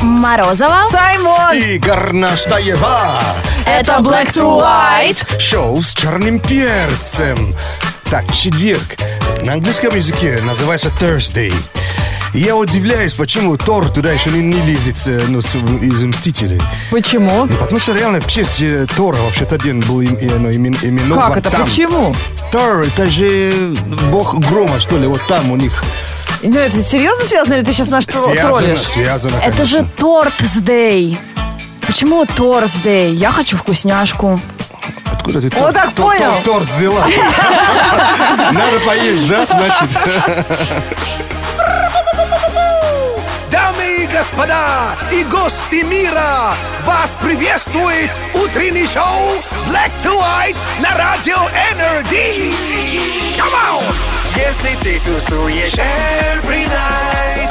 Морозова. Саймон! И Горнаштаева. Это Black to White. Шоу с черным перцем. Так, четверг. На английском языке называется Thursday. И Я удивляюсь, почему Тор туда еще не, не лезет э, ну, с- из «Мстителей». Почему? Ну, потому что реально в честь э, Тора вообще-то один был им, э, ну, имен- именован Как это? там. Почему? Тор, это же бог грома, что ли, вот там у них. Ну, это серьезно связано, или ты сейчас наш тро- Связано, троллишь? связано. Это же Тортсдей. Почему Торсдей? Я хочу вкусняшку. Откуда ты Вот так тор- понял. тор- торт взяла? Надо поесть, да, значит? Дамы и господа и гости мира, вас приветствует утренний шоу Black to White на радио Energy. Come on! Если ты тусуешь every night,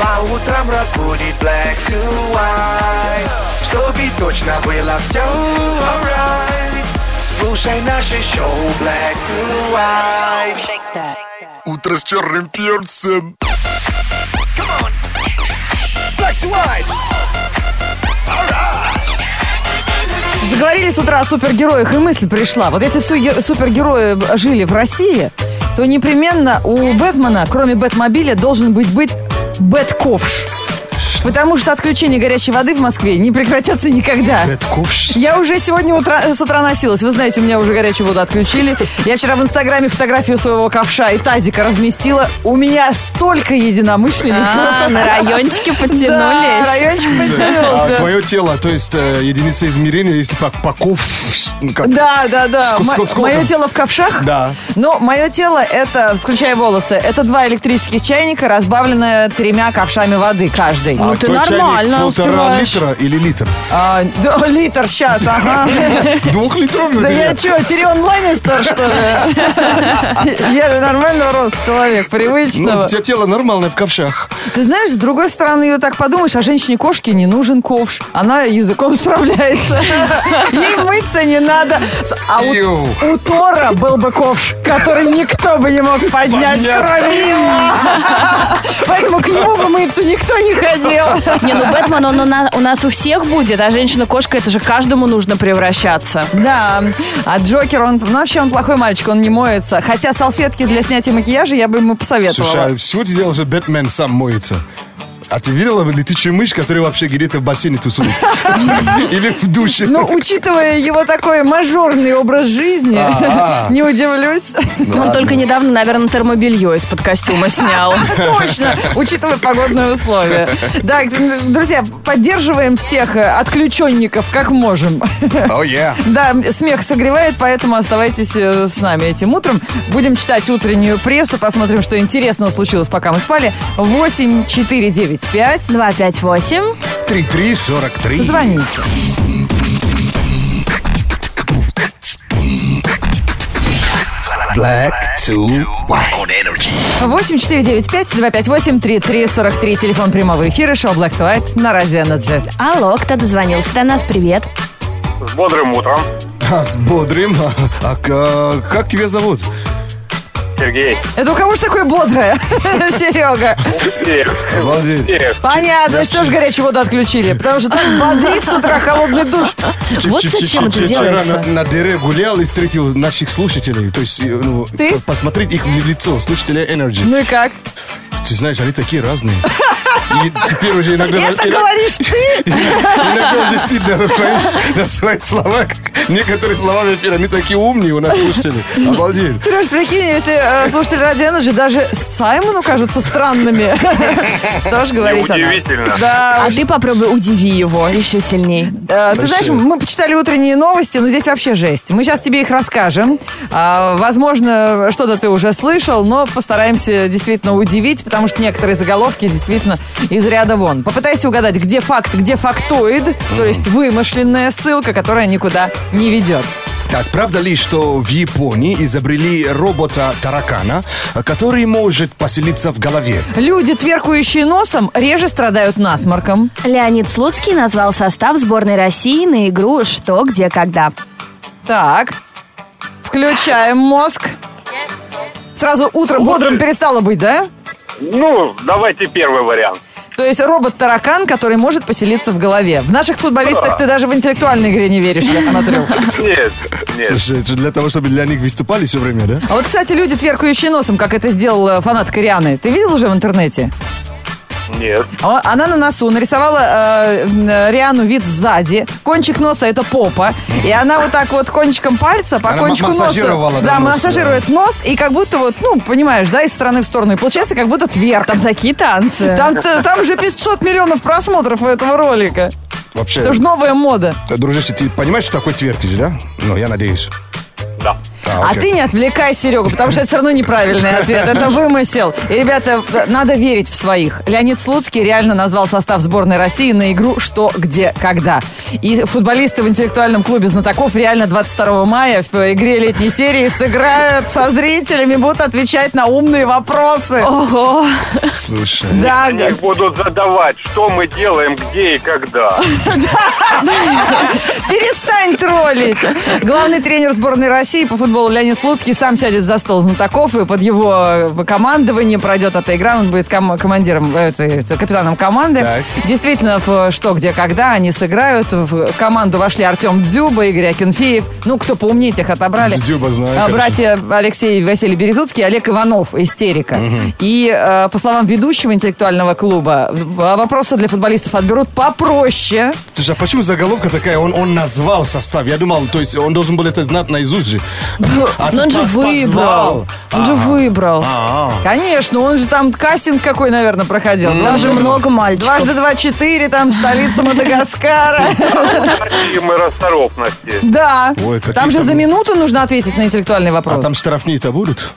по утрам разбудит Black to White, чтобы точно было все alright. Слушай наше шоу Black to White. Утро с черным перцем. Come on. Black to white. All right. Заговорили с утра о супергероях, и мысль пришла. Вот если все супергерои б- жили в России, то непременно у Бэтмена, кроме Бэтмобиля, должен быть быть Бэтковш. Потому что отключения горячей воды в Москве не прекратятся никогда. Это ковш. Я уже сегодня утра- э, с утра носилась. Вы знаете, у меня уже горячую воду отключили. Я вчера в Инстаграме фотографию своего ковша и тазика разместила. У меня столько единомышленников. А, на райончике Да, подтянулись. райончик А подтянулся. твое тело, то есть э, единица измерения, если так, по ковш, ну, как- Да, да, да. С- с- с- сколько? Мое тело в ковшах? Да. Но мое тело, это, включая волосы, это два электрических чайника, разбавленные тремя ковшами воды каждый. А ты твой нормально чайник полтора успеваешь. литра или литр? А, да, литр сейчас, ага. Двухлитровый? Да или я нет? что, Тирион Ланнистер, что ли? Я же нормального роста человек, Ну, у привычного. тебя тело нормальное в ковшах. Ты знаешь, с другой стороны, ее так подумаешь, а женщине-кошке не нужен ковш. Она языком справляется. Ей мыться не надо. С- А Ю. у, у Тора был бы ковш, который никто бы не мог поднять, Понятно. кроме него. Поэтому к нему бы мыться никто не ходил. Не, ну Бэтмен, он у на- у нас у всех будет, а женщина-кошка, это же каждому нужно превращаться. Да, а Джокер, он ну, вообще он плохой мальчик, он не моется. Хотя салфетки для снятия макияжа я бы ему посоветовала. Слушай, а что ты сделал, что Бэтмен сам моется? А ты видела бы летучую мышь, которая вообще где-то в бассейне тусует? Или в душе? Но Ну, учитывая его такой мажорный образ жизни, Ага. не удивлюсь. Он только недавно, наверное, термобелье из-под костюма снял. Точно, учитывая погодные условия. Да, друзья, поддерживаем всех э, отключенников, как можем. О, yeah. Да, смех согревает, поэтому оставайтесь э, с нами этим утром. Будем читать утреннюю прессу, посмотрим, что интересного случилось, пока мы спали. 8495. 258. 3343. Звоните. Black to white. On energy. 8495-258-3343. Телефон прямого эфира. Шоу Black to White на радио Energy. Алло, кто дозвонился до нас? Привет. С бодрым утром, А, с бодрым. А, а к- а как тебя зовут? Сергей. Это у кого же такое бодрое, Серега? Всех. Владимир. Всех. Понятно, что ж горячую воду отключили, потому что так бодрит с утра холодный душ. Вот Чё- чё- зачем чё- это чё- Вчера делается. на, на дыре гулял и встретил наших слушателей. То есть, э, ну, Ты? п- посмотреть их в лицо, слушателей Energy. Ну и как? Ты знаешь, они такие разные. И теперь уже иногда... Это иногда- говоришь ты? Иногда уже стыдно за свои, за свои слова. Некоторые слова в эфире, они такие умные у нас слушатели. Обалдеть. Сереж, прикинь, если э, слушатели Радио Energy даже Саймону кажутся странными. Что ж говорить о нас. Неудивительно. Да. А ты попробуй удиви его еще сильнее. Э, Ты знаешь, мы почитали утренние новости, но здесь вообще жесть. Мы сейчас тебе их расскажем. А, Возможно, что-то ты уже слышал, но постараемся действительно удивить, потому что некоторые заголовки действительно из ряда вон. Попытайся угадать, где факт, где фактоид, то есть вымышленная ссылка, которая никуда не ведет. Так, правда ли, что в Японии изобрели робота-таракана, который может поселиться в голове? Люди, тверкающие носом, реже страдают насморком. Леонид Слуцкий назвал состав сборной России на игру «Что, где, когда». Так, включаем мозг. Сразу утро бодрым перестало быть, да? Ну, давайте первый вариант. То есть робот-таракан, который может поселиться в голове. В наших футболистах ты даже в интеллектуальной игре не веришь, я смотрю. Нет, нет. Слушай, это для того, чтобы для них выступали все время, да? А вот, кстати, люди, тверкающие носом, как это сделала фанатка Рианы, ты видел уже в интернете? Нет. О, Она на носу нарисовала э, м, Риану вид сзади. Кончик носа это попа. И она вот так вот кончиком пальца по Она ма- кончику массажировала, носа. да, нос, массажирует нос. И как будто вот, ну, понимаешь, да, из стороны в сторону. И получается, как будто тверк. Там такие танцы. Там, т- там уже 500 миллионов просмотров у этого ролика. Вообще, Это же новая мода. дружище, ты понимаешь, что такое твердишь, да? Ну, я надеюсь. Да. А окей. ты не отвлекай Серегу, потому что это все равно неправильный ответ. Это вымысел. И, ребята, надо верить в своих. Леонид Слуцкий реально назвал состав сборной России на игру «Что, где, когда». И футболисты в интеллектуальном клубе знатоков реально 22 мая в игре летней серии сыграют со зрителями, будут отвечать на умные вопросы. Ого. Слушай. Да, Они их будут задавать, что мы делаем, где и когда. Перестань троллить. Главный тренер сборной России по футболу Леонид Слуцкий сам сядет за стол знатоков, и под его э, командование пройдет эта игра. Он будет ком- командиром, э, это- это, капитаном команды. Так. Действительно, в э, что, где, когда они сыграют. В команду вошли Артем Дзюба, Игорь Акинфеев. Ну, кто поумнее, тех отобрали. Дзюба знаю, А, конечно. Братья Алексей и Василий Березуцкий, и Олег Иванов, истерика. И, э, по словам ведущего интеллектуального клуба, в- а вопросы для футболистов отберут попроще. Слушай, а почему заголовка такая? Он, он назвал состав. Я думал, то есть он должен был это знать наизусть же. Ну, А Но он тут же нас выбрал. позвал. Он же А, выбрал. а, Конечно, он же там кастинг какой, наверное, проходил. Там Там же же много мальчиков. дважды два четыре, там столица Мадагаскара. Им и расторопности. Да. Ой, какие Там же там- за минуту нужно ответить на интеллектуальный а там вопрос. штрафни-то будут?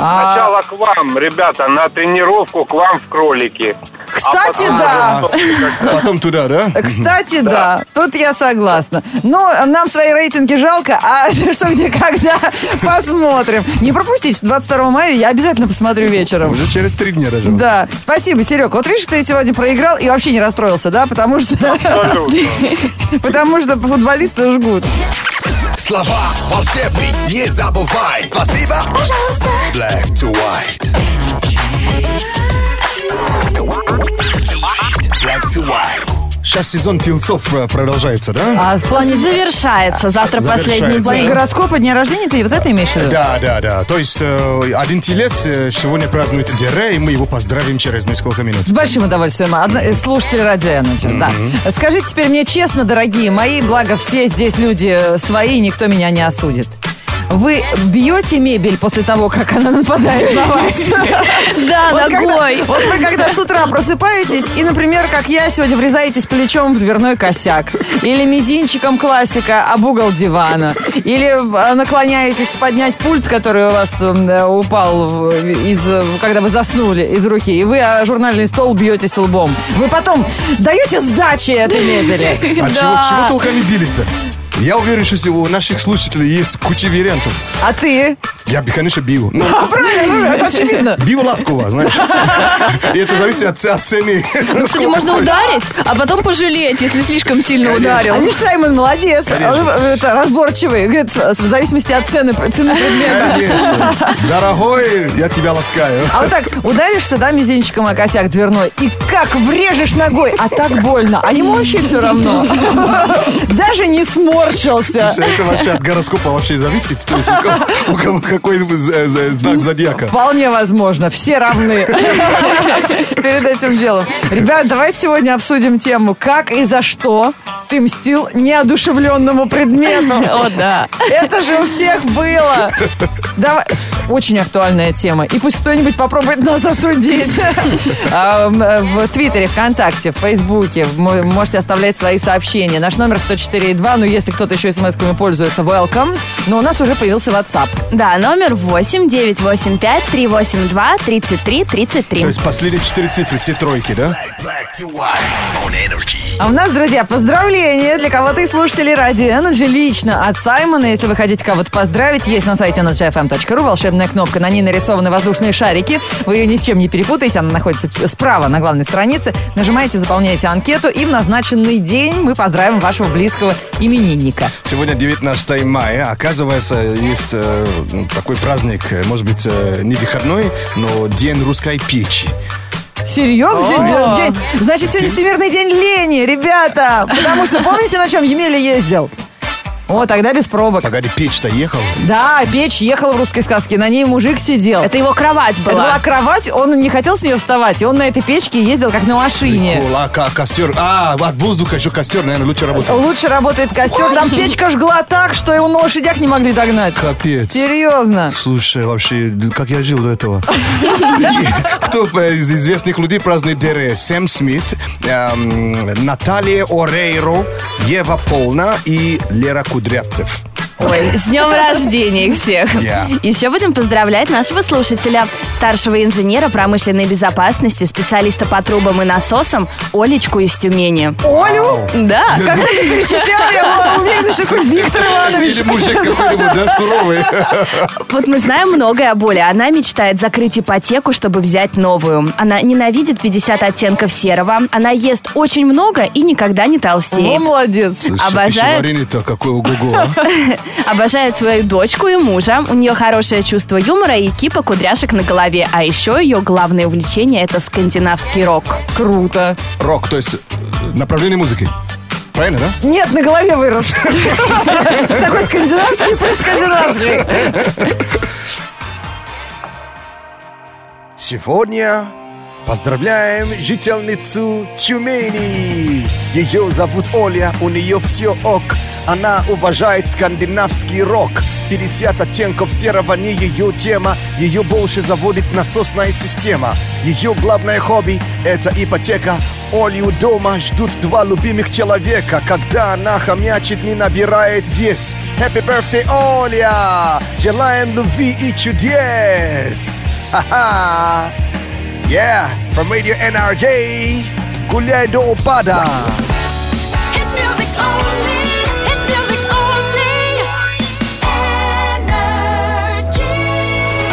А, Сначала к вам, ребята, на тренировку к вам в кролики. А Кстати, потом да. уже А потом туда, да? Кстати, да, тут я согласна. Но нам свои рейтинги жалко, а что где когда посмотрим. Не пропустите, 22 мая я обязательно посмотрю вечером. Уже через три дня даже. Да, спасибо, Серег. Вот видишь, ты сегодня проиграл и вообще не расстроился, да? Потому что, Абсолютно. потому что футболисты жгут. Слова волшебный, не забывай. Спасибо. Пожалуйста. Black to white. Black to white. Сейчас сезон тилцов э, продолжается, да? А в плане Завершается. Завтра Завершается. последний Твои день. гороскопы, дня рождения, ты вот это имеешь в виду? Да, да, да. То есть э, один телец э, сегодня празднует Дере, и мы его поздравим через несколько минут. С большим удовольствием. Одна, э, слушатель радио, я начал, да. Скажите теперь мне честно, дорогие мои, благо все здесь люди свои, никто меня не осудит. Вы бьете мебель после того, как она нападает на вас? Да, Вот когда- ногой. А Вот вы когда с утра просыпаетесь и, например, как я сегодня, врезаетесь плечом в дверной косяк. Или мизинчиком классика об угол дивана. Или э, наклоняетесь поднять пульт, который у вас м, э, упал, в- из, э, когда вы заснули, из руки. И вы о журнальный стол бьетесь лбом. Вы потом даете сдачи этой мебели. А Да. чего, чего толком и били-то? Я уверен, что сегодня у наших слушателей есть куча вариантов. А ты? Я бы, конечно, бил. Но А Правильно, ну, это очевидно. бил ласково, знаешь. И это зависит от, ц- от цены. Ну, Кстати, можно ударить, а потом пожалеть, если слишком сильно А ударил. Миша Саймон молодец, он э, это, разборчивый. Говорит, в в зависимости от цены, цены предмета. Конечно. Дорогой, я тебя ласкаю. А вот так ударишься, да, мизинчиком о косяк дверной, и как врежешь ногой, а так больно. А ему вообще все равно. Даже не сморщился. Слушай, Это вообще от гороскопа вообще зависит. То есть у кого, у кого какой з- з- Ну, знак зодиака. Вполне возможно, все равны перед этим делом. Ребят, давайте сегодня обсудим тему, как и за что ты мстил неодушевленному предмету. О, да. Это же у всех было. Давай. Очень актуальная тема. И пусть кто-нибудь попробует нас осудить. А, м, э, В Твиттере, ВКонтакте, в Фейсбуке вы можете оставлять свои сообщения. Наш номер 104.2, но Ну, если кто-то еще смс-ками пользуется, welcome. Но у нас уже появился WhatsApp. Да, номер 8 985 382 33 33. То есть последние четыре цифры, все тройки, да? Black to white. On energy. А у нас, друзья, поздравления для кого-то из слушателей радио Energy лично от Саймона. Если вы хотите кого-то поздравить, есть на сайте energyfm.ru волшебная кнопка. На ней нарисованы воздушные шарики. Вы ее ни с чем не перепутаете. Она находится ч- справа на главной странице. Нажимаете, заполняете анкету и в назначенный день мы поздравим вашего близкого именинника. Сегодня 19 мая. Оказывается, есть э, такой праздник, э, может быть, э, не выходной, но День русской печи. Серьезно? Сегодня день- Значит, сегодня Всемирный день лени, ребята. Потому что помните, на чем Емеля ездил? О, тогда без пробок. Погоди, печь-то ехал. Да, печь ехала в русской сказке, на ней мужик сидел. Это его кровать Это была была. кровать, он не хотел с нее вставать, и он на этой печке ездил как на машине. О, а, ко- костер. А, от воздуха еще костер, наверное, лучше работает. Лучше работает костер, там печка жгла так, что его на лошадях не могли догнать. Капец. Серьезно. Слушай, вообще, как я жил до этого? Кто из известных людей празднует ДР? Сэм Смит, эм, Наталья Орейро, Ева Полна и Лера Кудрявцев. Ой, с днем рождения их всех. Я. Еще будем поздравлять нашего слушателя, старшего инженера промышленной безопасности, специалиста по трубам и насосам Олечку из Тюмени. Олю? Да, как Ты перечисляла, я была уверена, что хоть Виктор Иванович. Или мужик какой-нибудь, да, суровый. вот мы знаем многое о боли. Она мечтает закрыть ипотеку, чтобы взять новую. Она ненавидит 50 оттенков серого. Она ест очень много и никогда не О, толстеет. Ну, молодец. Обожаю. Пищеварение-то какое ого-го, а? Обожает свою дочку и мужа. У нее хорошее чувство юмора и кипа кудряшек на голове. А еще ее главное увлечение – это скандинавский рок. Круто. Рок, то есть э, направление музыки. Правильно, да? Нет, на голове вырос. Такой скандинавский, прескандинавский. Сегодня поздравляем жительницу Тюмени. Ее зовут Оля, у нее все ок. Она уважает скандинавский рок. 50 оттенков серого не ее тема. Ее больше заводит насосная система. Ее главное хобби – это ипотека. Олю дома ждут два любимых человека. Когда она хомячит, не набирает вес. Happy birthday, Оля! Желаем любви и чудес! Ха-ха! Yeah, from Radio NRJ, гуляй до упада!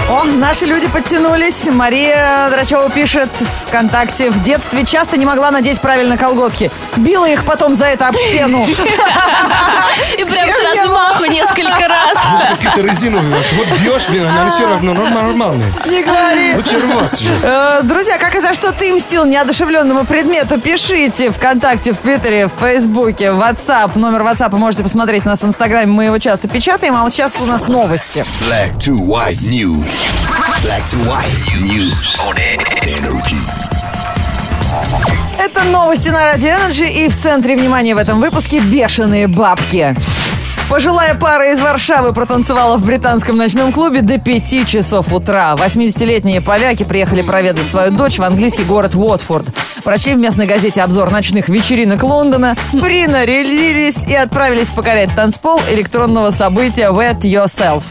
О, наши люди подтянулись. Мария Драчева пишет ВКонтакте. В детстве часто не могла надеть правильно колготки. Била их потом за это об стену. И прям с размаху несколько раз. Ну, что, Какие-то резиновые вообще. Вот бьешь, блин, они все равно норм- нормальные. Не говори. Лучше рвать же. Э, Друзья, как и за что ты мстил неодушевленному предмету, пишите ВКонтакте, в Твиттере, в Фейсбуке, в WhatsApp. Номер WhatsApp можете посмотреть у нас в Инстаграме, мы его часто печатаем. А вот сейчас у нас новости. Black to white news. Black to white news on energy. Это новости на Радио Energy и в центре внимания в этом выпуске бешеные бабки. Пожилая пара из Варшавы протанцевала в британском ночном клубе до 5 часов утра. 80-летние поляки приехали проведать свою дочь в английский город Уотфорд. Прочли в местной газете обзор ночных вечеринок Лондона, принарядились и отправились покорять танцпол электронного события Wet Yourself.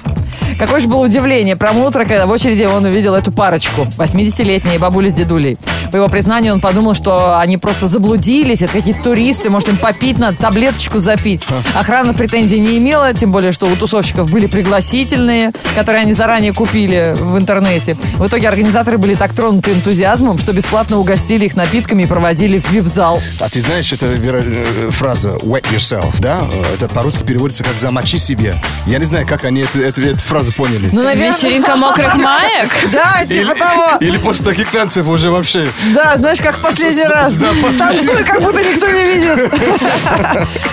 Какое же было удивление промоутера, когда в очереди он увидел эту парочку. 80-летняя бабуля с дедулей. По его признанию, он подумал, что они просто заблудились, это какие-то туристы, может, им попить надо, таблеточку запить. Охрана претензий не имела, тем более, что у тусовщиков были пригласительные, которые они заранее купили в интернете. В итоге организаторы были так тронуты энтузиазмом, что бесплатно угостили их напитками и проводили в вип-зал. А ты знаешь, это веро- э, фраза «wet yourself», да? Э, Это по-русски переводится как «замочи себе». Я не знаю, как они эту, эту- эту фразу поняли. Ну, наверное, Вечеринка мокрых маек. да, типа того. Или после таких танцев уже вообще. Да, знаешь, как в последний раз. Да, последний. Танцуй, как будто никто не видит.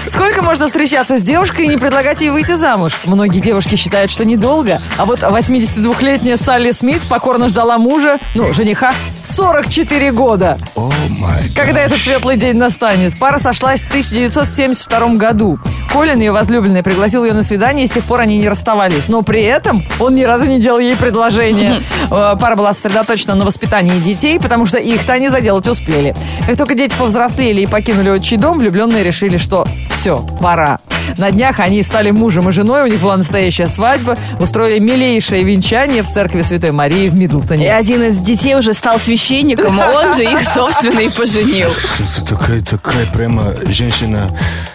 Сколько можно встречаться с девушкой и не предлагать ей выйти замуж? Многие девушки считают, что недолго. А вот 82-летняя Салли Смит покорно ждала мужа, ну, жениха, 44 года. О май гад. Когда этот светлый день настанет? Пара сошлась в 1972 году. Колин, ее возлюбленный, пригласил ее на свидание, и с тех пор они не расставались. Но при этом он ни разу не делал ей предложение. Э, Пара была сосредоточена на воспитании детей, потому что их-то они заделать успели. Как только дети повзрослели и покинули отчий дом, влюбленные решили, что все, пора. На днях они стали мужем и женой, у них была настоящая свадьба, устроили милейшее венчание в церкви Святой Марии в Мидлтоне. И Э, один из детей уже стал священником, он же их собственный поженил. Такая, такая прямо женщина,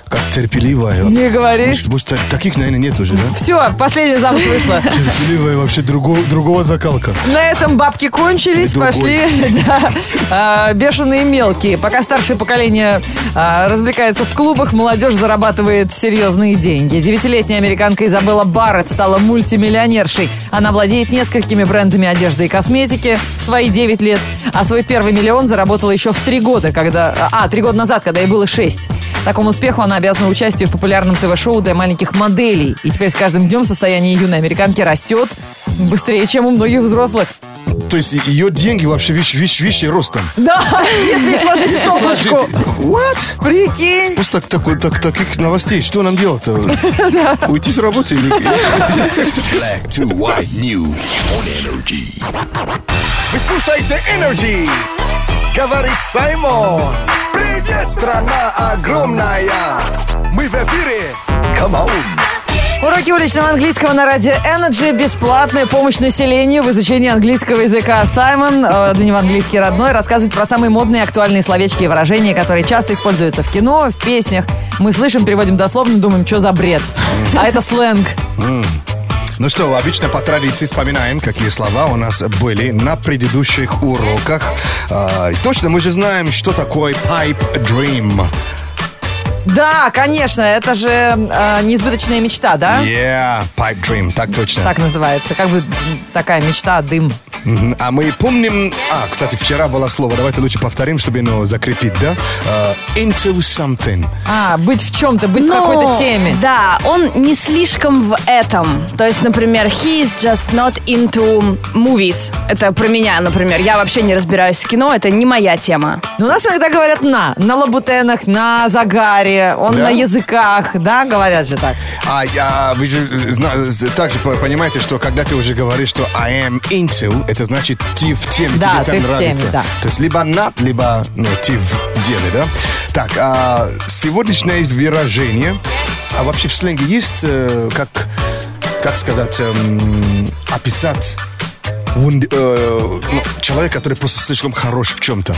как терпеливая. Не говори. Может, может, та- таких, наверное, нет уже, да? Все, последняя замуж вышла. Терпеливая вообще другого, другого закалка. На этом бабки кончились, Другой. пошли да, а, бешеные мелкие. Пока старшее поколение а, развлекается в клубах, молодежь зарабатывает серьезные деньги. Девятилетняя американка Изабелла Барретт стала мультимиллионершей. Она владеет несколькими брендами одежды и косметики в свои 9 лет, а свой первый миллион заработала еще в 3 года, когда... А, 3 года назад, когда ей было 6. Такому успеху она обязана участию в популярном ТВ-шоу для маленьких моделей. И теперь с каждым днем состояние юной американки растет быстрее, чем у многих взрослых. То есть ее деньги вообще вещи, вещи, вещи ростом. Да, если их сложить в Сложите. сопочку. What? Прикинь. Просто так, такой- так- таких новостей. Что нам делать-то? Уйти с работы или... Black to white news on energy. Вы слушаете Energy. Говорит Саймон. Привет, страна огромная. Мы в эфире. Come on. Уроки уличного английского на радио Energy. Бесплатная помощь населению в изучении английского языка. Саймон, э, для него английский родной, рассказывает про самые модные и актуальные словечки и выражения, которые часто используются в кино, в песнях. Мы слышим, переводим дословно, думаем, что за бред. А это сленг. Ну что, обычно по традиции вспоминаем, какие слова у нас были на предыдущих уроках. А, и точно мы же знаем, что такое pipe dream. Да, конечно, это же э, неизбыточная мечта, да? Yeah, pipe dream, так точно. А? Так называется, как бы м, такая мечта, дым. Мгм. А мы помним... А, кстати, вчера было слово, давайте лучше повторим, чтобы оно закрепить, да? А, into something. А, быть в чем-то, быть в Но, какой-то теме. Ну, Да, он не слишком в этом. То есть, например, he is just not into movies. Это про меня, например. Я вообще не разбираюсь в кино, это не моя тема. Но Ну, у нас иногда говорят «на». На лабутенах, на загаре, он Да? на языках, да, говорят же так. А, я- вы же э, зна- з- также по- понимаете, что когда ты уже говоришь, что I am into, это значит ты в теме, Да, тебе там ты в теме, нравится. да. То есть либо not, либо ну, ты в деле, да? Так, а, сегодняшнее выражение, а вообще в сленге есть, э, как, как сказать, эм, описать вунд- э, ну, человек, который просто слишком хорош в чем-то.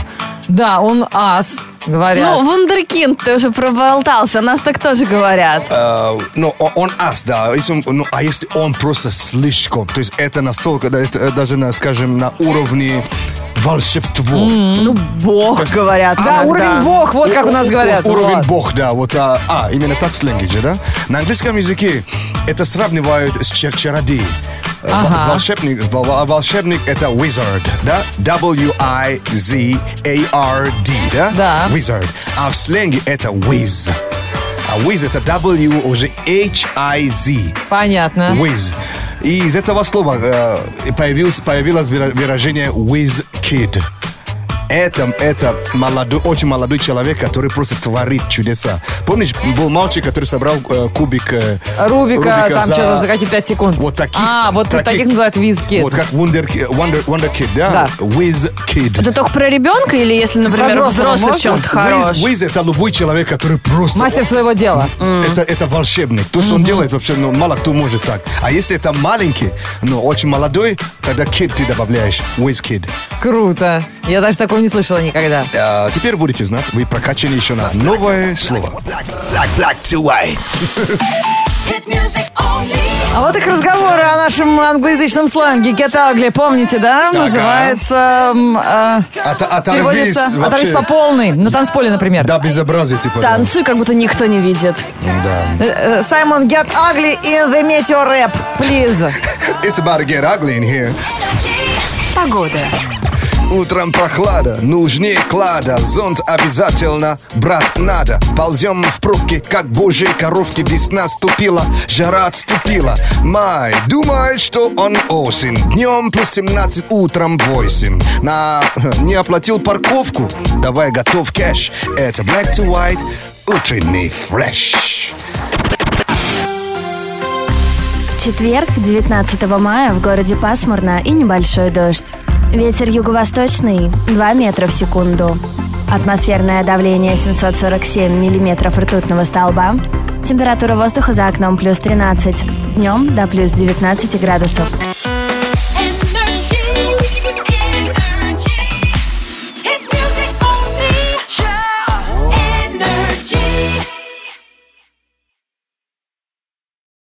Да, он ас, Ну, говорят. вундеркинд, ты уже проболтался, у нас так тоже А, говорят. Э, ну, о- он ас, да. Если он- ну, а если он просто слишком, то есть это настолько, да, это даже, на, скажем, на уровне волшебство. Ну, бог, есть- говорят. Да, иногда. а уровень бог, вот как у нас У- у- говорят. Уровень Вот. бог, да. Вот, а, а, именно так в сленге же, да? На английском языке это сравнивают с чар- чародеем. Э, Ага. С волшебник, с вол- а волшебник это wizard, да? W-I-Z-A-R-D, да? Да. Wizard. А в сленге это whiz. А whiz это W уже H-I-Z. Понятно. Whiz. И из этого слова э, появилось, появилось выра- выражение whiz kid. Это, это молодой, очень молодой человек, который просто творит чудеса. Помнишь, был мальчик, который собрал э, кубик э, Рубика, там что-то за какие-то 5 секунд. Вот таких. А, вот таких, называют визки. Вот как Wonder, Ki- Wonder, Wonder Kid, да? Да. Whiz Kid. Это только про ребенка или если, например, взрослого взрослый в можно? чем-то Whiz, хорош? Whiz это любой человек, который просто... Мастер своего дела. Это, это волшебник. То, что он делает, вообще ну, мало кто может так. А если это маленький, но очень молодой, тогда kid ты добавляешь. Whiz kid. Круто. Я даже такого не слышала никогда. А, теперь будете знать, вы прокачаны еще на новое слово. Black, black, black to white. Hit music only. А вот их разговоры о нашем англоязычном сленге. Get ugly, помните, да? Ага. Называется... м, э, От, оторвись переводится «оторвись вообще. по полной». На танцполе, например. Да, безобразие типа. да. Танцуй, как будто никто не видит. Да. Э, э, Саймон, get ugly in the meteor rap, please. It's about to get ugly in here. Погода. Утром прохлада, нужнее клада Зонт обязательно, брат, надо Ползем в пробке, как божьи коровки Весна ступила, жара отступила Май думает, что он осень Днем плюс 17, утром 8 На... Не оплатил парковку? Давай готов кэш Это Black to White, утренний фреш Четверг, 19 мая, в городе пасмурно и небольшой дождь. Ветер юго-восточный 2 метра в секунду. Атмосферное давление 747 миллиметров ртутного столба. Температура воздуха за окном плюс 13. Днем до плюс 19 градусов.